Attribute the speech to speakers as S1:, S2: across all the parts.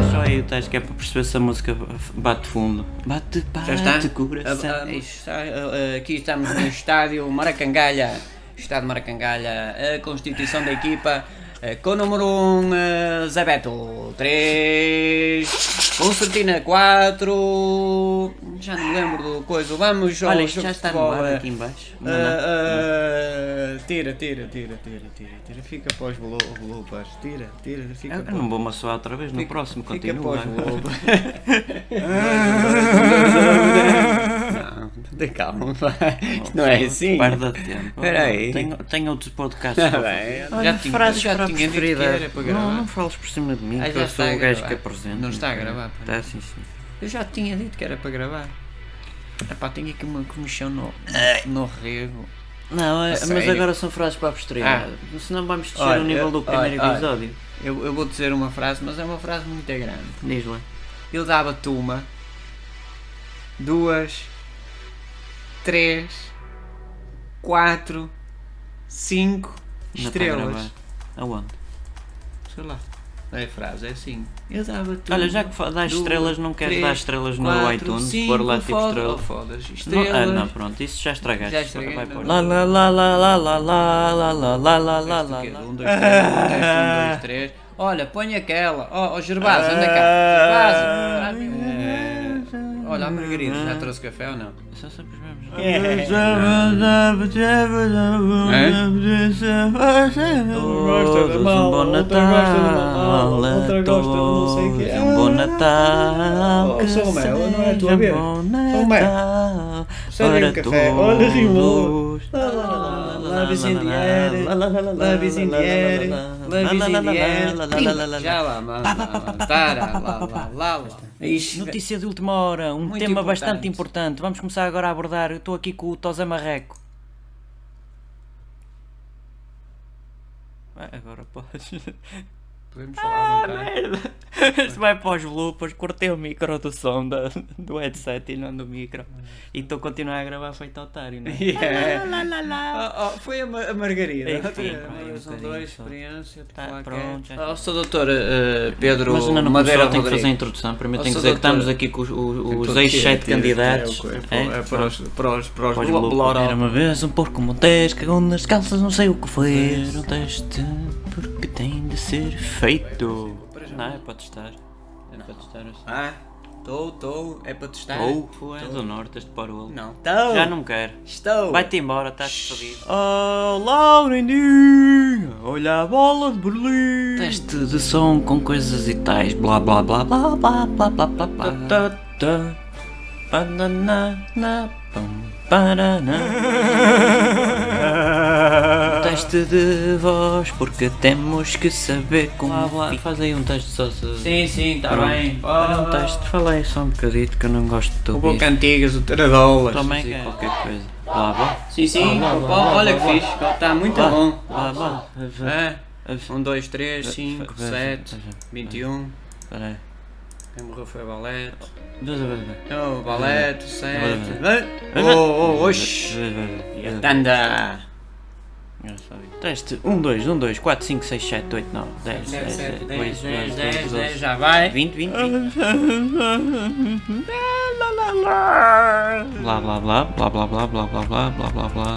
S1: instrumentais que é para perceber se a música bate fundo. Bate, bate,
S2: Já está?
S1: coração.
S2: Ah, ah, está, ah, ah, aqui estamos no estádio Maracangalha. Estádio Maracangalha. A constituição da equipa. ah, Com o número 1, um, Zé Beto, 3, Concertina, 4, já não me lembro do coisa, vamos ao
S1: Olha, isto
S2: jogo
S1: já
S2: de
S1: está no
S2: futebol,
S1: ar
S2: ah,
S1: aqui em baixo.
S2: ah,
S1: Não, não.
S2: ah, tira, tira, tira, tira, tira, tira, fica para os blo- bloopers, tira, tira, fica
S1: Eu
S2: para
S1: não vou me assoar outra vez, no próximo
S2: tá Fica
S1: continua. é?
S2: pós
S1: agora.
S2: Globo. Não, tem calma, vai. Isto não é assim.
S1: Perda de tempo.
S2: Espera aí.
S1: Tenho, tenho outros podcasts.
S2: Está
S1: para
S2: bem.
S1: fazer. Olha,
S2: Já tinha-
S1: frases
S2: já
S1: para
S2: tinha dito que
S1: preferida.
S2: era para gravar.
S1: Não, não fales por cima de mim,
S2: Ah,
S1: que
S2: já
S1: eu sou
S2: está a
S1: o gajo
S2: gravar.
S1: que apresenta.
S2: Não está a gravar, pá.
S1: Está Tá, sim, sim.
S2: Eu já tinha dito que era para gravar. Epá, tenho aqui uma comissão no, no rego.
S1: Não, é- mas
S2: sério?
S1: agora são frases para a posteridade. Senão vamos descer
S2: Ah. Olha,
S1: o nível do
S2: olha,
S1: primeiro
S2: olha.
S1: episódio.
S2: Eu, eu vou dizer uma frase, mas é uma frase muito grande.
S1: Diz lá.
S2: Eu dava-te uma, duas, três, quatro, cinco
S1: Não está a
S2: estrelas.
S1: gravar. Aonde?
S2: Sei lá. Não é frase, é assim. Eu dava tudo.
S1: Olha, já que fa- dás estrelas, não queres dar estrelas no iTunes? Pôr lá tipo estrela.
S2: Fodas.
S1: Não,
S2: Estrelas.
S1: ah, não, pronto, isso já estragaste.
S2: Já estraguei,
S1: Vai
S2: não.
S1: pôr. Lá, lá, lá, lá, lá, lá, lá, lá, lá, lá, lá, lá, lá,
S2: Isto aqui é
S1: lá.
S2: de Um, dois, três. Um, dois, três. Olha, põe aquela. Ó, oh, Gervásio, anda cá. Gervásio. traz-me. Olha, a Margarida, já trouxe café ou não?
S1: São sempre os mesmos. Todos um bom Natal a todos, um bom Natal,
S2: Oh,
S1: que
S2: sou o Mel, não é tu
S1: seja
S2: a ver?
S1: bom
S2: o Mel.
S1: Natal
S2: Sai-lhe um
S1: para
S2: café. Olha, rimou.
S1: todos.
S2: Lá, lá, lá, lá, lá, Love is in the air. Love is in the air. Love is in the air. Já lá, lá, lá, lá, tara, lá, lá, lá, lá. Ixi,
S1: Notícia de última hora, um
S2: Muito
S1: tema bastante
S2: importante.
S1: importante. Vamos começar agora a abordar. Eu estou aqui com o Tosa Marreco. Ah, Agora podes.
S2: Podemos falar à vontade.
S1: Isto vai para os bloopers, cortei o micro do som da- do headset e não do micro. E estou a continuar a gravar feito otário, não é?
S2: Yeah.
S1: Lá, lá, lá.
S2: Oh, oh, foi a, Ma- a Margarida.
S1: Enfim,
S2: Outra-
S1: pá, um
S2: são
S1: bocadinho
S2: dois,
S1: só.
S2: experiência,
S1: Tá,
S2: qualquer.
S1: pronto, já
S2: Oh, sou doutor eh, Pedro
S1: Mas ainda não começou, tenho
S2: Madeira
S1: que fazer a
S2: Rodrigues.
S1: introdução. Primeiro
S2: Oh,
S1: tenho que
S2: sou
S1: dizer que
S2: doutor.
S1: estamos aqui com os, os, os
S2: Tudo
S1: ex-sete
S2: tira, tira,
S1: candidatos.
S2: tira, é o que-
S1: É?
S2: É para os, para os, para os,
S1: Pós
S2: blo-
S1: bloco.
S2: bloró.
S1: Era uma vez um porco montes cagou nas calças, não sei o que foi. Não teste porque tem de ser feito. Não, é para testar. É para testar. eu sei.
S2: Ah, estou, estou, é para testar?
S1: Ou é do norte, este parou.
S2: Não. Estou,
S1: Já não quero.
S2: estou.
S1: Vai-te embora, estás despedido. Oh, Laurendinho, olha a bola de Berlim. Teste de som com coisas e tais, blá blá blá blá blá blá blá blá blá. Tá, tá. Banana, na, pam, paraná. Um teste de voz, porque temos que saber como. Faz aí um teste só se.
S2: Sim, sim, está
S1: Pronto.
S2: bem.
S1: Olha um teste, fala aí só um bocadito que eu não gosto de
S2: O Boca
S1: ouvir.
S2: Antigas, o Teradolas.
S1: é Também é. quer qualquer coisa. Blá blá.
S2: Sim, sim,
S1: Blá, blá,
S2: opa,
S1: blá,
S2: olha
S1: blá,
S2: que fixe, está muito bom.
S1: Blá blá. Espera
S2: Ah,
S1: aí.
S2: 1, 2, 3, 5,
S1: Vai, vai,
S2: 7,
S1: vai, vai.
S2: 21. Quem morreu foi o Balete.
S1: Vai, vai, vai.
S2: Oh, o Balete, 7.
S1: vai.
S2: Oh, oh, oxi.
S1: Vai, vai, vai.
S2: Tanda.
S1: Eu sabia. Teste 1, 2, 1, 2, 4, 5, 6, 7, 8, 9, 10, 10,
S2: 10,
S1: 10, 10,
S2: 10,
S1: 10,
S2: 10, 10,
S1: 10,
S2: já vai.
S1: 20, 20, 20. Blá blá blá blá blá blá blá blá blá blá blá blá.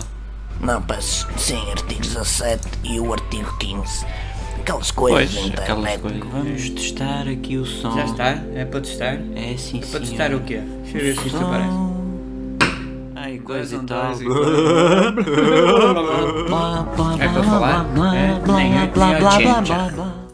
S3: Não passes sem artigo 17 e o artigo 15. Aquelas coisas
S1: Pois,
S3: então,
S1: aquelas
S3: né?
S1: coisas. Vamos testar aqui o som.
S2: Já está? É para testar?
S1: É sim, sim.
S2: Para testar o quê? Deixa eu
S1: é
S2: ver se isto aparece.
S1: Ai,
S2: Dois,
S1: coisa
S2: um,
S1: e tal.
S2: dois, e quatro.
S1: Blá, blá,
S2: É para
S1: blá,
S2: falar?
S1: blá,
S2: É,
S1: blá,
S2: nem-
S1: blá,
S2: nem
S1: blá,
S2: ao
S1: blá,
S2: change.
S1: blá, blá.